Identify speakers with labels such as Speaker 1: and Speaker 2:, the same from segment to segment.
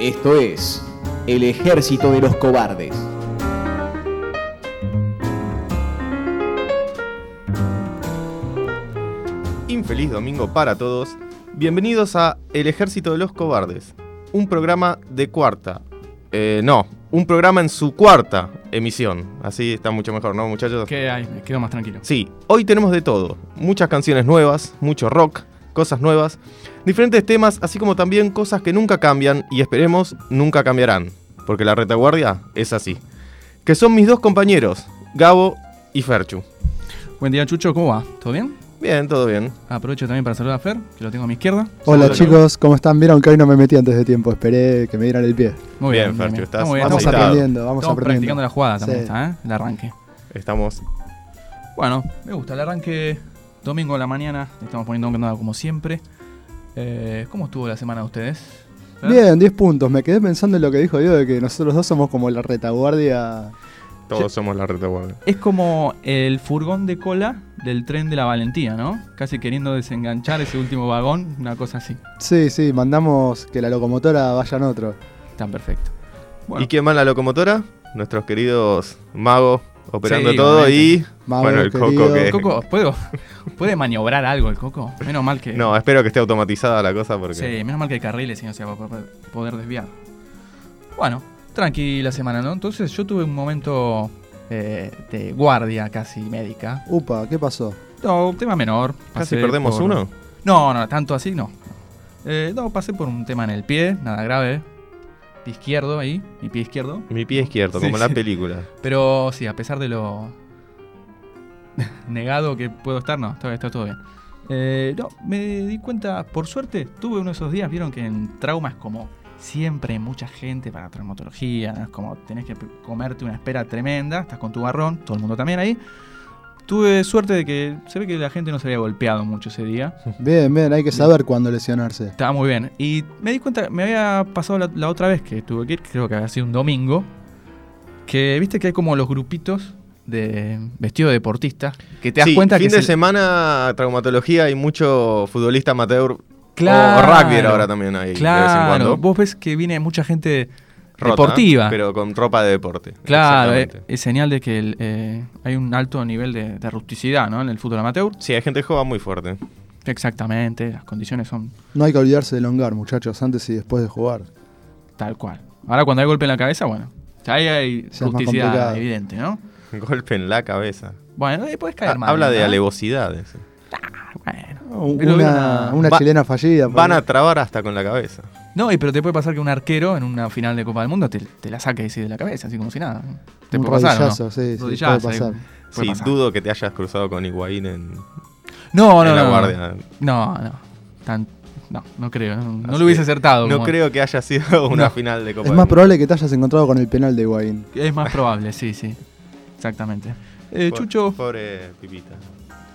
Speaker 1: Esto es El Ejército de los Cobardes.
Speaker 2: Infeliz domingo para todos. Bienvenidos a El Ejército de los Cobardes, un programa de cuarta. eh, no, un programa en su cuarta emisión. Así está mucho mejor, ¿no, muchachos?
Speaker 3: ¿Qué hay? Me quedo más tranquilo.
Speaker 2: Sí, hoy tenemos de todo. Muchas canciones nuevas, mucho rock, cosas nuevas, diferentes temas, así como también cosas que nunca cambian y esperemos nunca cambiarán, porque la retaguardia es así. Que son mis dos compañeros, Gabo y Ferchu.
Speaker 3: Buen día, Chucho. ¿Cómo va? ¿Todo bien?
Speaker 2: Bien, todo bien.
Speaker 3: Aprovecho también para saludar a Fer, que lo tengo a mi izquierda.
Speaker 2: Saludos,
Speaker 4: Hola chicos, ¿cómo están? Vieron que hoy no me metí antes de tiempo, esperé que me dieran el pie.
Speaker 3: Muy
Speaker 2: Bien,
Speaker 3: bien,
Speaker 2: Ferchu, estás
Speaker 3: Estamos, bien,
Speaker 2: más
Speaker 4: Vamos
Speaker 3: estamos-
Speaker 2: aceitado.
Speaker 4: aprendiendo, vamos
Speaker 3: estamos practicando
Speaker 4: aprendiendo.
Speaker 3: la jugada también,
Speaker 4: Sí.
Speaker 3: está, ¿eh? El arranque.
Speaker 2: Estamos
Speaker 3: Bueno, me gusta el arranque. Domingo a la mañana, le estamos poniendo un nada como siempre. Eh, ¿Cómo estuvo la semana de ustedes? Fer?
Speaker 4: Bien, 10 puntos. Me quedé pensando en lo que dijo Diego de que nosotros dos somos como la retaguardia.
Speaker 2: Todos somos la retaguardia.
Speaker 3: Es como el furgón de cola del tren de la valentía, ¿no? Casi queriendo desenganchar ese último vagón, una cosa así.
Speaker 4: Sí, sí, mandamos que la locomotora vaya en otro.
Speaker 3: Tan perfecto.
Speaker 2: ¿Y quién más la locomotora? Nuestros queridos magos operando
Speaker 3: Sí,
Speaker 2: todo y.
Speaker 4: Mago
Speaker 2: bueno, el
Speaker 4: querido.
Speaker 2: coco que.
Speaker 3: El Coco, ¿puedo, ¿puede maniobrar algo el Coco? Menos mal que...
Speaker 2: No, espero que esté automatizada la cosa porque.
Speaker 3: Sí, menos mal que hay carriles y no se va a po- poder desviar. Bueno, tranquila semana, ¿no? Entonces yo tuve un momento eh, de guardia casi médica.
Speaker 4: Upa, ¿qué pasó?
Speaker 3: No, un tema menor.
Speaker 2: Casi
Speaker 3: Pasé
Speaker 2: perdemos
Speaker 3: por-
Speaker 2: uno.
Speaker 3: No, no, tanto así no. Eh, no, pasé por un tema en el pie, nada grave. Pie izquierdo ahí, mi pie izquierdo.
Speaker 2: Mi pie izquierdo,
Speaker 3: Sí,
Speaker 2: como en la
Speaker 3: sí.
Speaker 2: película.
Speaker 3: Pero sí, a pesar de lo negado que puedo estar, no, está, está todo bien. Eh, no, me di cuenta, por suerte, tuve uno de esos días, vieron que en traumas como siempre hay mucha gente para traumatología, es como tenés que comerte una espera tremenda, estás con tu barrón, todo el mundo también ahí. Tuve suerte de que se ve que la gente no se había golpeado mucho ese día.
Speaker 4: Bien, bien, hay que saber cuándo lesionarse.
Speaker 3: Estaba muy bien. Y me di cuenta, me había pasado la, la otra vez que tuve que ir, creo que había sido un domingo, que viste que hay como los grupitos de vestido de deportista, que te das
Speaker 2: Sí,
Speaker 3: cuenta
Speaker 2: fin
Speaker 3: que...
Speaker 2: de
Speaker 3: se-
Speaker 2: semana, traumatología y mucho futbolista amateur.
Speaker 3: Claro.
Speaker 2: O rugby ahora también ahí. de vez en
Speaker 3: Claro,
Speaker 2: cuando.
Speaker 3: vos ves que viene mucha gente
Speaker 2: Rota,
Speaker 3: deportiva.
Speaker 2: Pero con ropa de deporte.
Speaker 3: claro, eh,
Speaker 2: Exactamente.
Speaker 3: es señal de que el, eh, hay un alto nivel de, de rusticidad ¿no? en el fútbol amateur.
Speaker 2: Sí, hay gente que juega muy fuerte.
Speaker 3: Exactamente, las condiciones son
Speaker 4: No hay que olvidarse de longar, muchachos, antes y después de jugar.
Speaker 3: tal cual. Ahora cuando hay golpe en la cabeza, bueno, ya ahí hay
Speaker 4: es más
Speaker 3: rusticidad
Speaker 4: complicado.
Speaker 3: evidente, ¿no?
Speaker 2: Golpe en la cabeza.
Speaker 3: Bueno, ahí podés caer
Speaker 2: Ha-
Speaker 3: mal.
Speaker 2: Habla de
Speaker 3: ¿no? Ah,
Speaker 2: alevosidades.
Speaker 3: Bueno. Pero
Speaker 4: Una,
Speaker 3: una-
Speaker 4: una
Speaker 2: va-
Speaker 4: chilena fallida.
Speaker 2: Van a
Speaker 4: porque-
Speaker 2: trabar hasta con la cabeza.
Speaker 3: No, y pero te puede pasar que un arquero en una final de Copa del Mundo te, te la saque así de la cabeza, así como si nada. Te
Speaker 4: un
Speaker 3: puede pasar. ¿o
Speaker 4: rodillazo,
Speaker 3: no?
Speaker 4: sí, sí,
Speaker 3: Rodillazo,
Speaker 4: puede pasar.
Speaker 3: puede
Speaker 2: Sí,
Speaker 3: pasar.
Speaker 2: dudo que te hayas cruzado con Higuaín en,
Speaker 3: No, no,
Speaker 2: en la
Speaker 3: no.
Speaker 2: guardia.
Speaker 3: No, no. Tan- no, no creo. No, no
Speaker 2: Así
Speaker 3: lo hubiese
Speaker 2: que
Speaker 3: acertado.
Speaker 2: No
Speaker 3: como-
Speaker 2: creo que haya sido una
Speaker 3: No.
Speaker 2: final de Copa
Speaker 4: Es
Speaker 2: del
Speaker 4: más
Speaker 2: Mundo.
Speaker 4: probable que te hayas encontrado con el penal de Higuaín.
Speaker 3: Es más probable, sí, sí. Exactamente. Eh,
Speaker 2: Po-
Speaker 3: Chucho,
Speaker 2: Pobre Pipita.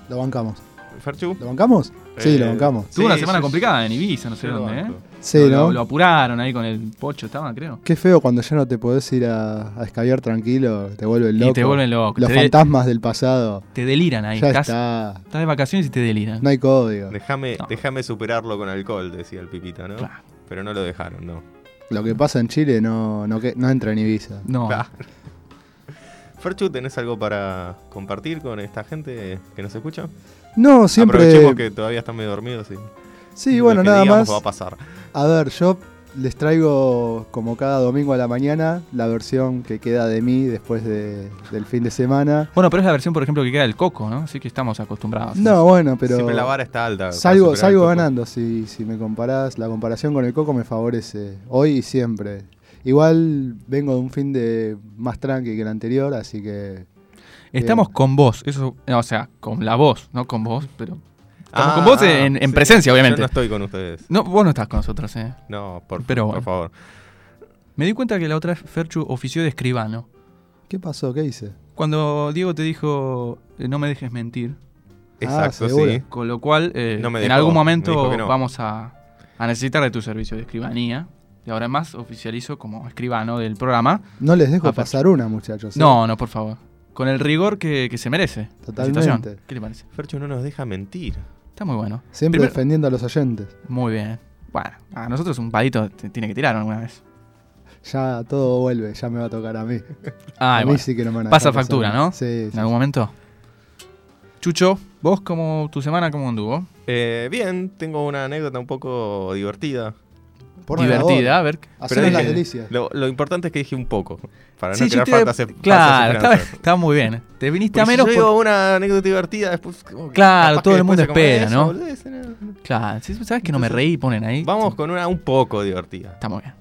Speaker 4: Lo bancamos.
Speaker 2: ¿Ferchu?
Speaker 4: ¿Lo bancamos? Sí,
Speaker 2: Eh,
Speaker 4: lo bancamos.
Speaker 3: tuvo una
Speaker 2: sí,
Speaker 3: semana
Speaker 2: yo-
Speaker 3: complicada en Ibiza, no sé
Speaker 2: yo lo
Speaker 3: dónde, ¿eh?
Speaker 2: banco.
Speaker 4: Sí,
Speaker 3: Lo-
Speaker 4: ¿no?
Speaker 3: Lo, lo apuraron ahí con el pocho, estaba, creo.
Speaker 4: Qué feo cuando ya no te podés ir a, a escabiar tranquilo, te vuelven loco.
Speaker 3: Y te vuelven loco.
Speaker 4: Los
Speaker 3: te, de-
Speaker 4: fantasmas del pasado.
Speaker 3: te deliran ahí.
Speaker 4: ya
Speaker 3: estás,
Speaker 4: está.
Speaker 3: estás de vacaciones y te deliran.
Speaker 4: No hay código.
Speaker 2: Déjame,
Speaker 3: No.
Speaker 2: déjame superarlo con alcohol, decía el Pipita, ¿no?
Speaker 3: Claro.
Speaker 2: Pero no lo dejaron, no.
Speaker 4: Lo que pasa en Chile no, no, que- no entra en Ibiza.
Speaker 3: No.
Speaker 2: Claro. Ferchu, ¿tenés algo para compartir con esta gente que nos escucha?
Speaker 4: No,
Speaker 2: Aprovechemos
Speaker 4: siempre.
Speaker 2: que todavía están medio dormidos y
Speaker 4: Sí,
Speaker 2: lo
Speaker 4: bueno,
Speaker 2: que
Speaker 4: nada
Speaker 2: digamos
Speaker 4: más.
Speaker 2: va a pasar.
Speaker 4: A ver, yo les traigo como cada domingo a la mañana la versión que queda de mí después de- del fin de semana.
Speaker 3: Bueno, pero es la versión, por ejemplo, que queda del coco, ¿no? Así que estamos acostumbrados.
Speaker 4: No, bueno, pero.
Speaker 2: Siempre la vara está alta. para
Speaker 4: Salgo,
Speaker 2: superar el
Speaker 4: salgo
Speaker 2: coco.
Speaker 4: ganando, si, si me comparás, la comparación con el Coco me favorece, hoy y siempre. Igual vengo de un fin de más tranqui que el anterior, así que...
Speaker 3: Estamos con vos, eso, no, o sea, con la voz, no con vos, pero. Estamos
Speaker 2: Ah,
Speaker 3: con vos en,
Speaker 2: sí.
Speaker 3: en presencia,
Speaker 2: Yo no
Speaker 3: obviamente.
Speaker 2: estoy con ustedes.
Speaker 3: No, vos no estás con nosotros, eh.
Speaker 2: No, por,
Speaker 3: Pero
Speaker 2: por
Speaker 3: bueno.
Speaker 2: favor.
Speaker 3: Me di cuenta que la otra vez Ferchu ofició de escribano.
Speaker 4: ¿Qué pasó? ¿Qué hice?
Speaker 3: Cuando Diego te dijo, eh, no me dejes mentir, Ah,
Speaker 2: Exacto,
Speaker 4: seguro.
Speaker 2: sí.
Speaker 3: con lo cual eh,
Speaker 2: No me
Speaker 3: en
Speaker 2: dejó,
Speaker 3: algún
Speaker 2: me dijo
Speaker 3: momento
Speaker 2: que no.
Speaker 3: vamos a, a necesitar de tu servicio de escribanía. Y ahora en más oficializo como escribano del programa.
Speaker 4: No les dejo
Speaker 3: Ah, pero-
Speaker 4: pasar una, muchachos. ¿eh?
Speaker 3: No, no, por favor. Con el rigor que, que se merece. la
Speaker 4: Totalmente.
Speaker 3: situación. ¿Qué le parece?
Speaker 2: Ferchu no nos deja mentir.
Speaker 3: Está muy bueno.
Speaker 4: Siempre
Speaker 3: Primero-
Speaker 4: defendiendo a los oyentes.
Speaker 3: Muy bien. Bueno, a nosotros un palito te tiene que tirar alguna vez.
Speaker 4: ya todo vuelve, ya me va a tocar a mí.
Speaker 3: Ah,
Speaker 4: a mí
Speaker 3: bueno.
Speaker 4: sí que no me van a
Speaker 3: Pasa
Speaker 4: dejar pasar.
Speaker 3: factura, ¿no?
Speaker 4: Sí, sí.
Speaker 3: ¿En algún momento? Chucho, vos como tu semana cómo anduvo?
Speaker 2: Eh, bien, tengo una anécdota un poco divertida.
Speaker 4: Por
Speaker 3: Divertida, a
Speaker 4: favor,
Speaker 3: ver.
Speaker 4: Hacernos
Speaker 2: dije-
Speaker 4: las delicias.
Speaker 2: Lo, lo importante es que dije un poco. Para
Speaker 3: Sí,
Speaker 2: no
Speaker 3: yo
Speaker 2: crear
Speaker 3: te-
Speaker 2: faltas de-
Speaker 3: Claro,
Speaker 2: falsas
Speaker 3: estaba,
Speaker 2: esperanzas.
Speaker 3: estaba muy bien. Te viniste a
Speaker 2: Porque si
Speaker 3: menos
Speaker 2: yo
Speaker 3: por-
Speaker 2: digo una anécdota divertida, después. como que
Speaker 3: Claro,
Speaker 2: capaz
Speaker 3: todo
Speaker 2: que
Speaker 3: el mundo
Speaker 2: después se
Speaker 3: espera, ¿no?
Speaker 2: acomoda eso, boludeces,
Speaker 3: Claro, sí, ¿sabes que no me
Speaker 2: Entonces,
Speaker 3: reí? Ponen ahí.
Speaker 2: ¿no? Vamos con una un poco divertida.
Speaker 3: Está muy bien.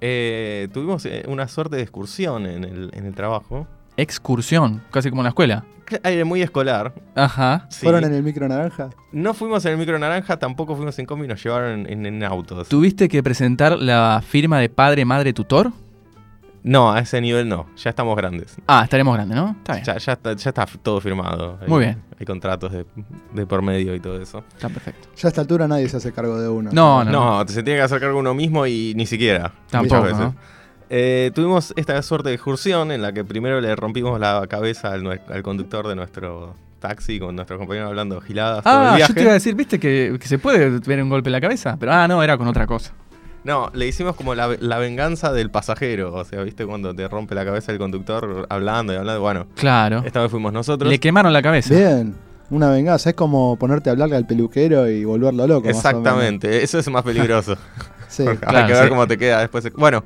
Speaker 2: Eh, tuvimos eh, una suerte de excursión en el, en el trabajo.
Speaker 3: Excursión, casi como en la escuela.
Speaker 2: Cl- Aire muy escolar.
Speaker 3: Ajá.
Speaker 2: sí.
Speaker 4: ¿Fueron en el micro naranja?
Speaker 2: No fuimos en el micro naranja, tampoco fuimos en combi, nos llevaron en, en autos.
Speaker 3: ¿Tuviste que presentar la firma de padre, madre, tutor?
Speaker 2: No, a ese nivel no. Ya estamos grandes.
Speaker 3: Ah, estaremos grandes, ¿no? Está bien.
Speaker 2: Ya, ya está, ya está todo firmado. Hay-
Speaker 3: Muy bien.
Speaker 2: Hay contratos de, de por medio y todo eso.
Speaker 3: Está perfecto.
Speaker 4: Ya a esta altura nadie se hace cargo de uno.
Speaker 3: No, no, no.
Speaker 2: No, te se tiene que hacer cargo uno mismo y ni siquiera. Muchas
Speaker 3: Tampoco,
Speaker 2: veces.
Speaker 3: ¿no?
Speaker 2: Eh, tuvimos esta suerte de excursión en la que primero le rompimos la cabeza al, nue- al conductor de nuestro taxi con nuestro compañero hablando giladas todo el
Speaker 3: Ah,
Speaker 2: viaje.
Speaker 3: yo te iba a decir, viste que, que se puede ver un golpe en la cabeza. Pero ah, no, era con otra cosa.
Speaker 2: No, le hicimos como la, la venganza del pasajero. O sea, viste cuando te rompe la cabeza el conductor hablando y hablando. Bueno,
Speaker 3: Claro.
Speaker 2: esta vez fuimos nosotros.
Speaker 3: Le quemaron la cabeza.
Speaker 4: Bien, una venganza. Es como ponerte a hablarle al peluquero y volverlo loco. más o menos.
Speaker 2: Exactamente, eso es más peligroso.
Speaker 4: Sí.
Speaker 2: Porque
Speaker 3: Claro,
Speaker 2: hay que ver
Speaker 3: sí.
Speaker 2: cómo te queda después. Bueno,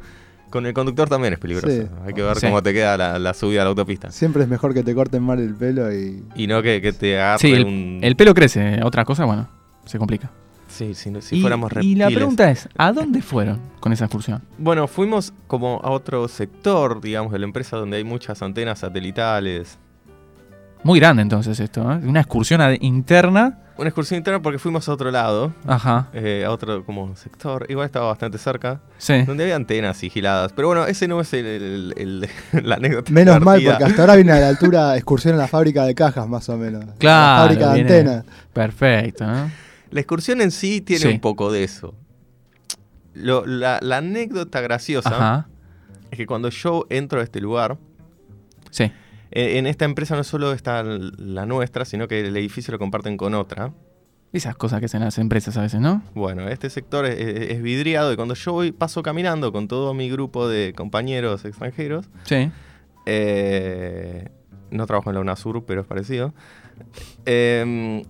Speaker 2: con el conductor también es peligroso.
Speaker 4: Sí.
Speaker 2: Hay que ver
Speaker 3: Sí.
Speaker 2: cómo te queda la, la subida a la autopista.
Speaker 4: Siempre es mejor que te corten mal el pelo y.
Speaker 2: Y no que, que te agarre
Speaker 3: Sí,
Speaker 2: un.
Speaker 3: El pelo crece, otra cosa, bueno, se complica.
Speaker 2: Sí, si, no- si
Speaker 3: y,
Speaker 2: fuéramos
Speaker 3: y
Speaker 2: reptiles.
Speaker 3: la pregunta es, ¿a dónde fueron con esa excursión?
Speaker 2: Bueno, fuimos como a otro sector, digamos, de la empresa donde hay muchas antenas satelitales.
Speaker 3: Muy grande entonces esto, ¿eh? Una excursión ad- interna.
Speaker 2: Una excursión interna porque fuimos a otro lado,
Speaker 3: Ajá.
Speaker 2: eh, a otro como sector. Igual estaba bastante cerca.
Speaker 3: Sí.
Speaker 2: Donde había antenas sigiladas. Pero bueno, ese no es el, el- el- la anécdota.
Speaker 4: Menos mal,
Speaker 2: divertida.
Speaker 4: porque hasta ahora viene a la altura excursión a la fábrica de cajas, más o menos.
Speaker 3: Claro,
Speaker 4: La fábrica de
Speaker 3: viene-
Speaker 4: antenas.
Speaker 3: Perfecto, ¿eh? ¿no?
Speaker 2: La excursión en sí tiene
Speaker 3: Sí.
Speaker 2: un poco de eso. Lo- la, la anécdota graciosa
Speaker 3: Ajá.
Speaker 2: es que cuando yo entro a este lugar,
Speaker 3: Sí.
Speaker 2: eh, en esta empresa no solo está l- la nuestra, sino que el edificio lo comparten con otra.
Speaker 3: Esas cosas que hacen las empresas a veces, ¿no?
Speaker 2: Bueno, este sector es, es- es vidriado y cuando yo voy, paso caminando con todo mi grupo de compañeros extranjeros,
Speaker 3: Sí.
Speaker 2: eh, no trabajo en la UNASUR, pero es parecido, eh,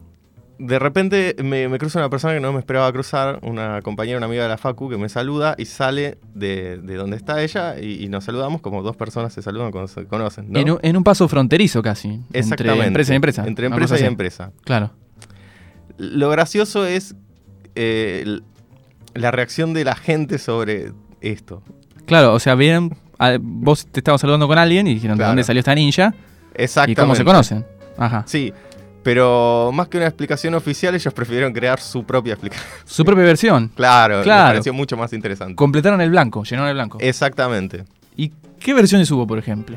Speaker 2: de repente me, me cruza una persona que no me esperaba cruzar, una compañera, una amiga de la Facu, que me saluda y sale de, de donde está ella y, y nos saludamos como dos personas se saludan cuando se conocen. ¿no?
Speaker 3: En, un, en un paso fronterizo casi. Entre
Speaker 2: Exactamente.
Speaker 3: empresa y empresa.
Speaker 2: Entre
Speaker 3: una
Speaker 2: empresa
Speaker 3: cosa
Speaker 2: y
Speaker 3: así.
Speaker 2: empresa.
Speaker 3: Claro.
Speaker 2: Lo gracioso es eh, l- la reacción de la gente sobre esto.
Speaker 3: Claro, o sea, vieron, a- vos te estabas saludando con alguien y dijeron, ¿de
Speaker 2: Claro.
Speaker 3: dónde salió esta ninja?
Speaker 2: Exactamente.
Speaker 3: ¿Y cómo se conocen? Ajá.
Speaker 2: Sí, pero más que una explicación oficial, ellos prefirieron crear su propia explicación.
Speaker 3: Su propia versión.
Speaker 2: Claro, me
Speaker 3: Claro.
Speaker 2: pareció mucho más interesante.
Speaker 3: Completaron el blanco, llenaron el blanco.
Speaker 2: Exactamente.
Speaker 3: ¿Y qué versiones hubo, por ejemplo?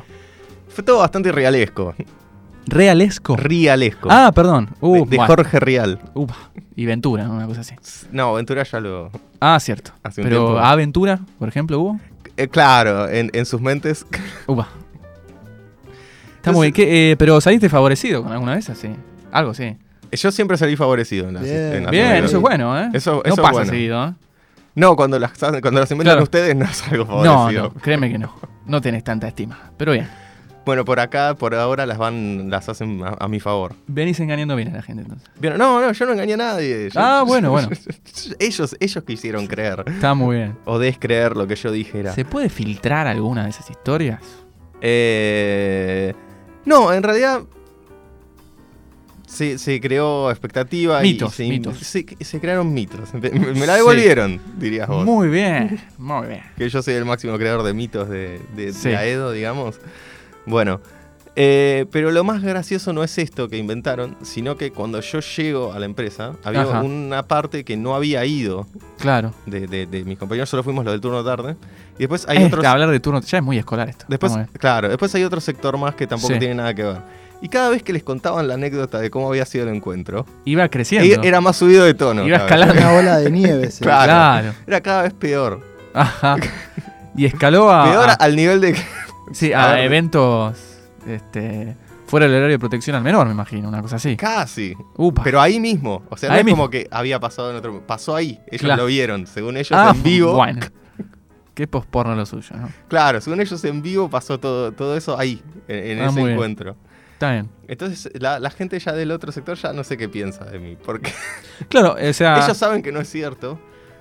Speaker 2: Fue todo bastante realesco.
Speaker 3: Realesco.
Speaker 2: Rialesco.
Speaker 3: ah, perdón.
Speaker 2: de
Speaker 3: Uh,
Speaker 2: de
Speaker 3: bueno.
Speaker 2: Jorge Rial.
Speaker 3: Upa. Y Ventura, una cosa así.
Speaker 2: No, Ventura ya lo.
Speaker 3: Ah, cierto.
Speaker 2: Hace un
Speaker 3: Pero
Speaker 2: tiempo.
Speaker 3: A Ventura, por ejemplo, hubo.
Speaker 2: Eh, claro, en, en sus mentes.
Speaker 3: Upa. Está muy bien. ¿Qué, eh, pero saliste favorecido con alguna de esas, sí. Algo, sí. Yo-
Speaker 2: Yo siempre salí favorecido en las.
Speaker 4: Bien.
Speaker 2: en las
Speaker 3: Bien,
Speaker 2: novelas.
Speaker 3: eso es bueno, ¿eh?
Speaker 2: Eso-
Speaker 3: no
Speaker 2: eso es
Speaker 3: pasa
Speaker 2: bueno.
Speaker 3: seguido, ¿eh?
Speaker 2: No, cuando las, hacen- cuando las inventan
Speaker 3: Claro.
Speaker 2: ustedes no es algo
Speaker 3: No,
Speaker 2: favorecido.
Speaker 3: no, créeme que no. No tenés tanta estima. Pero bien,
Speaker 2: Bueno, por acá, por ahora las van, las hacen a, a mi favor.
Speaker 3: venís engañando bien a la gente entonces.
Speaker 2: Bien, no, no, yo no engañé a nadie. Yo-
Speaker 3: Ah, bueno, bueno.
Speaker 2: ellos, ellos quisieron creer.
Speaker 3: Está muy bien.
Speaker 2: O descreer lo que yo dijera.
Speaker 3: ¿Se puede filtrar alguna de esas historias?
Speaker 2: Eh, no, en realidad se, se creó expectativa
Speaker 3: Mitos,
Speaker 2: y se,
Speaker 3: mitos.
Speaker 2: se- se crearon mitos. Me, me la devolvieron, dirías vos.
Speaker 3: Muy bien, muy bien.
Speaker 2: Que yo soy el máximo creador de mitos de, de-
Speaker 3: Sí.
Speaker 2: de Aedo, digamos. Bueno, eh, pero lo más gracioso no es esto que inventaron, sino que cuando yo llego a la empresa, había
Speaker 3: Ajá.
Speaker 2: una parte que no había ido
Speaker 3: Claro.
Speaker 2: de, de- de mis compañeros, solo fuimos los del turno tarde. Y después hay
Speaker 3: Hay
Speaker 2: otros.
Speaker 3: Este, hablar de turno ya es muy escolar esto.
Speaker 2: Después,
Speaker 3: Está muy bien.
Speaker 2: claro, después hay otro sector más que tampoco
Speaker 3: Sí.
Speaker 2: tiene nada que ver. Y cada vez que les contaban la anécdota de cómo había sido el encuentro,
Speaker 3: Iba
Speaker 2: e-
Speaker 3: creciendo.
Speaker 2: era más subido de tono.
Speaker 3: Iba
Speaker 2: cada vez.
Speaker 3: escalando.
Speaker 4: Una bola de nieve. se-
Speaker 2: Claro.
Speaker 3: Claro.
Speaker 2: Era cada vez peor.
Speaker 3: Ajá. Y escaló a,
Speaker 2: Peor
Speaker 3: a-
Speaker 2: al nivel de que
Speaker 3: sí,
Speaker 2: a
Speaker 3: a
Speaker 2: ver.
Speaker 3: eventos este, fuera del horario de protección al menor, me imagino, una cosa así.
Speaker 2: casi.
Speaker 3: Upa.
Speaker 2: Pero ahí mismo. O sea, no
Speaker 3: Ahí
Speaker 2: es
Speaker 3: mismo.
Speaker 2: como que había pasado en otro. Pasó ahí. Ellos
Speaker 3: Claro.
Speaker 2: lo vieron, según ellos,
Speaker 3: Ah,
Speaker 2: en vivo.
Speaker 3: Bueno. Qué posporno lo suyo, ¿no?
Speaker 2: Claro, según ellos en vivo pasó todo, todo eso ahí, en, en
Speaker 3: Ah, muy
Speaker 2: ese
Speaker 3: bien.
Speaker 2: encuentro.
Speaker 3: Está bien.
Speaker 2: Entonces la, la gente ya del otro sector ya no sé qué piensa de mí, porque
Speaker 3: Claro, o sea.
Speaker 2: ellos saben que no es cierto.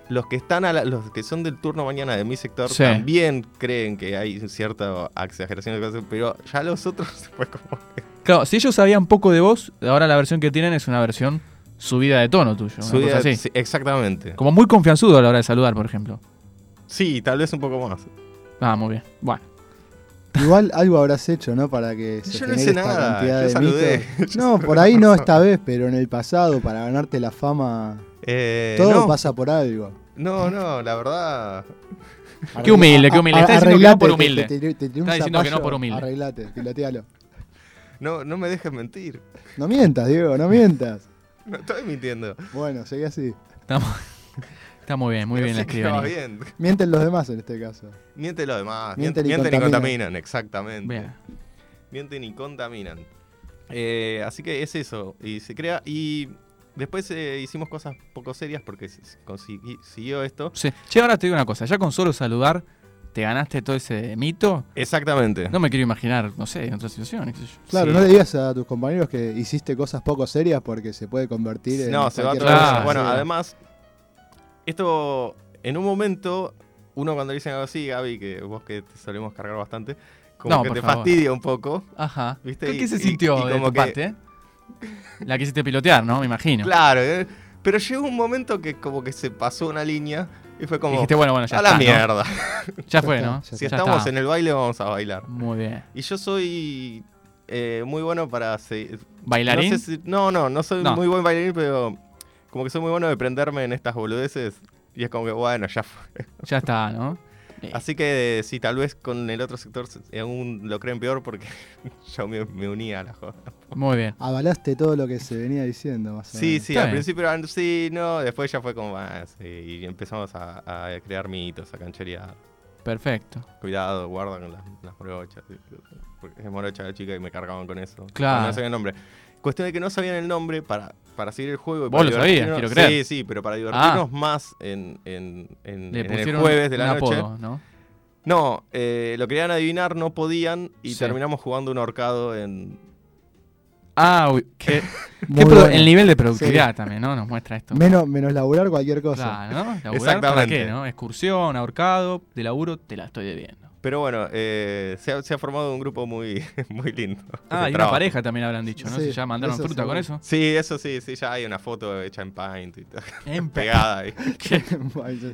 Speaker 2: Los que están a la- los que son del turno mañana de mi sector
Speaker 3: Sí.
Speaker 2: también creen que hay cierta exageración de cosas, pero ya los otros fue como
Speaker 3: Claro, si ellos sabían poco de vos, ahora la versión que tienen es una versión subida de tono tuyo. una
Speaker 2: Subida-
Speaker 3: cosa así.
Speaker 2: sí, exactamente.
Speaker 3: Como muy confianzudo a la hora de saludar, por ejemplo.
Speaker 2: Sí, tal vez un poco más.
Speaker 3: Ah, muy bien. Bueno.
Speaker 4: Igual algo habrás hecho, ¿no? Para que se
Speaker 2: Yo no
Speaker 4: genere
Speaker 2: hice
Speaker 4: esta
Speaker 2: nada,
Speaker 4: cantidad
Speaker 2: yo
Speaker 4: de
Speaker 2: saludé.
Speaker 4: mitos. No, por ahí no esta vez, pero en el pasado, para ganarte la fama,
Speaker 2: Eh,
Speaker 4: todo
Speaker 2: no,
Speaker 4: pasa por algo.
Speaker 2: no, no, la verdad.
Speaker 3: Qué humilde, qué humilde.
Speaker 4: A-
Speaker 3: Está diciendo que no
Speaker 4: arreglate,
Speaker 3: por
Speaker 4: te-
Speaker 3: humilde.
Speaker 4: te- te- te tiró un
Speaker 3: Está diciendo que no
Speaker 4: zapallo,
Speaker 3: por humilde.
Speaker 4: Arreglate, pilotealo.
Speaker 2: No, no me dejes mentir.
Speaker 4: No mientas, Diego, no mientas.
Speaker 2: No estoy mintiendo.
Speaker 4: Bueno, seguí así.
Speaker 3: Está, mu- está muy bien, muy
Speaker 2: Pero
Speaker 3: bien la
Speaker 2: sé que va
Speaker 3: escribanía.
Speaker 2: bien.
Speaker 4: Mienten los demás en este caso.
Speaker 2: Mienten los demás. Mienten,
Speaker 4: Mienten y
Speaker 2: mienten y
Speaker 4: contaminan.
Speaker 2: contaminan, exactamente.
Speaker 3: Bien.
Speaker 2: Mienten y contaminan. Eh, así que es eso. Y se crea. Y después eh, hicimos cosas poco serias porque se- se consigui- siguió esto.
Speaker 3: Sí. Che, ahora te digo una cosa. Ya con solo saludar, te ganaste todo ese mito.
Speaker 2: Exactamente.
Speaker 3: No me quiero imaginar, no sé, en otra situación. qué sé yo.
Speaker 4: Claro,
Speaker 2: Sí.
Speaker 4: no le digas a tus compañeros que hiciste cosas poco serias porque se puede convertir en.
Speaker 2: No, se va a
Speaker 4: cualquier
Speaker 2: otra cosa.
Speaker 4: cosa.
Speaker 3: Ah,
Speaker 2: Bueno,
Speaker 3: sí.
Speaker 2: además, esto en un momento, uno cuando dicen algo así, Gaby, que vos que te solemos cargar bastante, como
Speaker 3: No,
Speaker 2: que
Speaker 3: por
Speaker 2: te
Speaker 3: favor.
Speaker 2: fastidia un poco.
Speaker 3: Ajá.
Speaker 2: ¿Viste?
Speaker 3: ¿Qué,
Speaker 2: Y-
Speaker 3: qué se
Speaker 2: y-
Speaker 3: sintió
Speaker 2: y
Speaker 3: de
Speaker 2: como
Speaker 3: tu
Speaker 2: que-
Speaker 3: parte? La quisiste pilotear, ¿no? Me imagino.
Speaker 2: Claro, eh, pero llegó un momento que como que se pasó una línea y fue como
Speaker 3: Dijiste, bueno, bueno, ya
Speaker 2: a
Speaker 3: está.
Speaker 2: la
Speaker 3: ¿no?
Speaker 2: mierda.
Speaker 3: Ya fue,
Speaker 4: está,
Speaker 3: ¿no?
Speaker 4: ya
Speaker 2: Si
Speaker 3: Ya
Speaker 2: estamos
Speaker 3: está.
Speaker 2: en el baile vamos a bailar.
Speaker 3: Muy bien.
Speaker 2: Y yo soy eh, muy bueno para se-
Speaker 3: ¿Bailarín?
Speaker 2: No, sé si- no, no, no soy
Speaker 3: No.
Speaker 2: muy buen bailarín, pero como que soy muy bueno de prenderme en estas boludeces. Y es como que, bueno, ya fue.
Speaker 3: Ya está, ¿no?
Speaker 2: Así que eh, sí, tal vez con el otro sector se- aún lo creen peor porque yo me, me unía a la joda.
Speaker 3: Muy bien.
Speaker 4: Avalaste todo lo que se venía diciendo, más o
Speaker 2: Sí,
Speaker 4: menos.
Speaker 2: sí,
Speaker 3: Está
Speaker 2: al
Speaker 3: bien.
Speaker 2: principio eran sí, no, después ya fue como más. eh, y empezamos a, a crear mitos, a cancherear.
Speaker 3: Perfecto.
Speaker 2: Cuidado, guarda con las, las morochas. Porque es morocha la chica y me cargaban con eso.
Speaker 3: Claro.
Speaker 2: No sabían el nombre. Cuestión de que no sabían el nombre para, para seguir el juego. y
Speaker 3: Vos
Speaker 2: para
Speaker 3: lo sabías,
Speaker 2: divertirnos-
Speaker 3: quiero creer. Ah.
Speaker 2: Sí, sí, pero para divertirnos más en, en, en-
Speaker 3: Le
Speaker 2: en el
Speaker 3: pusieron
Speaker 2: jueves de la
Speaker 3: un
Speaker 2: noche.
Speaker 3: apodo, ¿no?
Speaker 2: No, eh, lo querían adivinar, no podían y
Speaker 3: Sí.
Speaker 2: terminamos jugando un ahorcado en...
Speaker 3: Ah, uy, qué-
Speaker 4: Muy
Speaker 3: qué produ-
Speaker 4: bueno.
Speaker 3: el nivel de productividad también, ¿no? Nos muestra esto.
Speaker 4: Menos, menos laburar cualquier cosa.
Speaker 3: Claro, ¿no? Laburar, ¿Para
Speaker 2: Exactamente.
Speaker 3: qué, no? Excursión, ahorcado, de laburo, te la estoy debiendo.
Speaker 2: Pero bueno, eh, se, ha, se ha formado un grupo muy, muy lindo.
Speaker 3: Ah,
Speaker 2: de
Speaker 3: y una
Speaker 2: trabajo.
Speaker 3: pareja también habrán dicho, ¿no?
Speaker 4: Sí,
Speaker 3: Si ya mandaron
Speaker 4: eso
Speaker 3: fruta con eso.
Speaker 2: Sí, eso sí, sí, ya hay una foto hecha en Paint y todo,
Speaker 3: En pe-
Speaker 2: pegada ahí.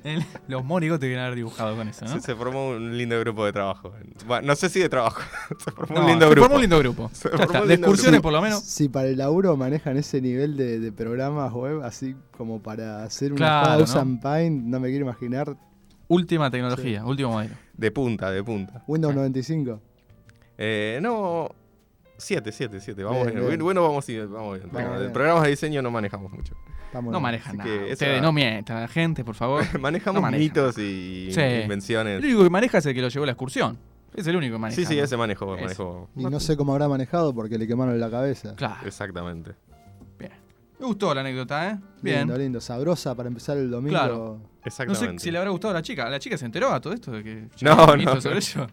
Speaker 3: el- Los monigotes te haber dibujado con eso, ¿no?
Speaker 2: Se, se formó un lindo grupo de trabajo. Bueno, no sé si de trabajo. Se formó
Speaker 3: No,
Speaker 2: un lindo
Speaker 3: se
Speaker 2: grupo.
Speaker 3: formó un lindo grupo.
Speaker 2: Se
Speaker 3: Ya
Speaker 2: formó
Speaker 3: está,
Speaker 2: un
Speaker 3: De
Speaker 2: lindo
Speaker 3: excursiones
Speaker 2: grupo.
Speaker 3: por lo menos.
Speaker 4: Si para el laburo manejan ese nivel de, de programas web, así como para hacer una
Speaker 3: Claro,
Speaker 4: pausa
Speaker 3: ¿no?
Speaker 4: en Paint, no me quiero imaginar.
Speaker 3: Última tecnología, último modelo.
Speaker 2: De punta, de punta.
Speaker 4: Windows 95.
Speaker 2: Eh, no. 7, 7, 7. Vamos
Speaker 4: Bien,
Speaker 2: bien.
Speaker 4: bien.
Speaker 2: Bueno, vamos bien. Vamos bien.
Speaker 4: Vamos
Speaker 2: De
Speaker 4: bien.
Speaker 2: Programas de diseño no manejamos mucho.
Speaker 4: Estamos
Speaker 3: no
Speaker 4: bien.
Speaker 3: manejan
Speaker 2: así que
Speaker 3: nada.
Speaker 2: esa-
Speaker 3: Ustedes no mientan a la gente, por favor.
Speaker 2: Manejamos
Speaker 3: manejan.
Speaker 2: mitos y
Speaker 3: Sí. El
Speaker 2: invenciones.
Speaker 3: único que maneja es el que lo llevó a la excursión. Es el único que maneja.
Speaker 2: Sí, sí,
Speaker 3: ¿no?
Speaker 2: ese manejo.
Speaker 3: Ese.
Speaker 2: manejo.
Speaker 4: Y no sé cómo habrá manejado porque le quemaron la cabeza.
Speaker 3: Claro.
Speaker 2: Exactamente.
Speaker 3: Bien. Me gustó la anécdota, ¿eh? Bien.
Speaker 4: Lindo, lindo. Sabrosa para empezar el domingo.
Speaker 3: Claro. No
Speaker 2: Exactamente.
Speaker 3: sé si le habrá gustado a la chica. ¿La chica se enteró a todo esto? De que
Speaker 2: No,
Speaker 3: hay un
Speaker 2: no.
Speaker 3: mito sobre ello?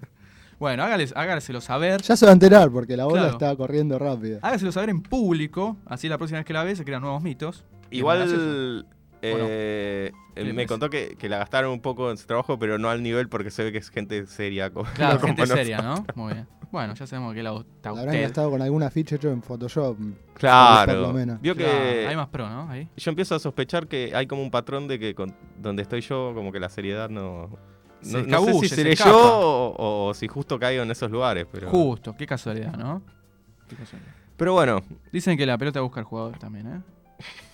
Speaker 3: Bueno, hágales, hágaselo saber.
Speaker 4: Ya se va a enterar porque la bola
Speaker 3: Claro.
Speaker 4: está corriendo rápido.
Speaker 3: Hágaselo saber en público. Así la próxima vez que la ve se crean nuevos mitos. Y es gracioso.
Speaker 2: Igual eh,
Speaker 3: ¿O no?
Speaker 2: me contó que, que la gastaron un poco en su trabajo, pero no al nivel porque se ve que es gente seria. como-
Speaker 3: Claro,
Speaker 2: como
Speaker 3: gente
Speaker 2: nosotros.
Speaker 3: seria, ¿no? Muy bien. Bueno, ya sabemos que la está
Speaker 4: Habrán
Speaker 3: usted.
Speaker 4: gastado con algún afiche hecho en Photoshop.
Speaker 2: Claro.
Speaker 4: Por lo menos.
Speaker 2: Vio que
Speaker 3: Claro, Hay más pro, ¿no? Ahí.
Speaker 2: yo empiezo a sospechar que hay como un patrón de que con- donde estoy yo, como que la seriedad no.
Speaker 3: Se
Speaker 2: No, no sé
Speaker 3: escabulle,
Speaker 2: si
Speaker 3: se
Speaker 2: seré
Speaker 3: escapa.
Speaker 2: yo o, o si justo caigo en esos lugares, pero.
Speaker 3: Justo, qué casualidad, ¿no? Qué casualidad.
Speaker 2: Pero bueno,
Speaker 3: Dicen que la pelota busca al jugador también, ¿eh?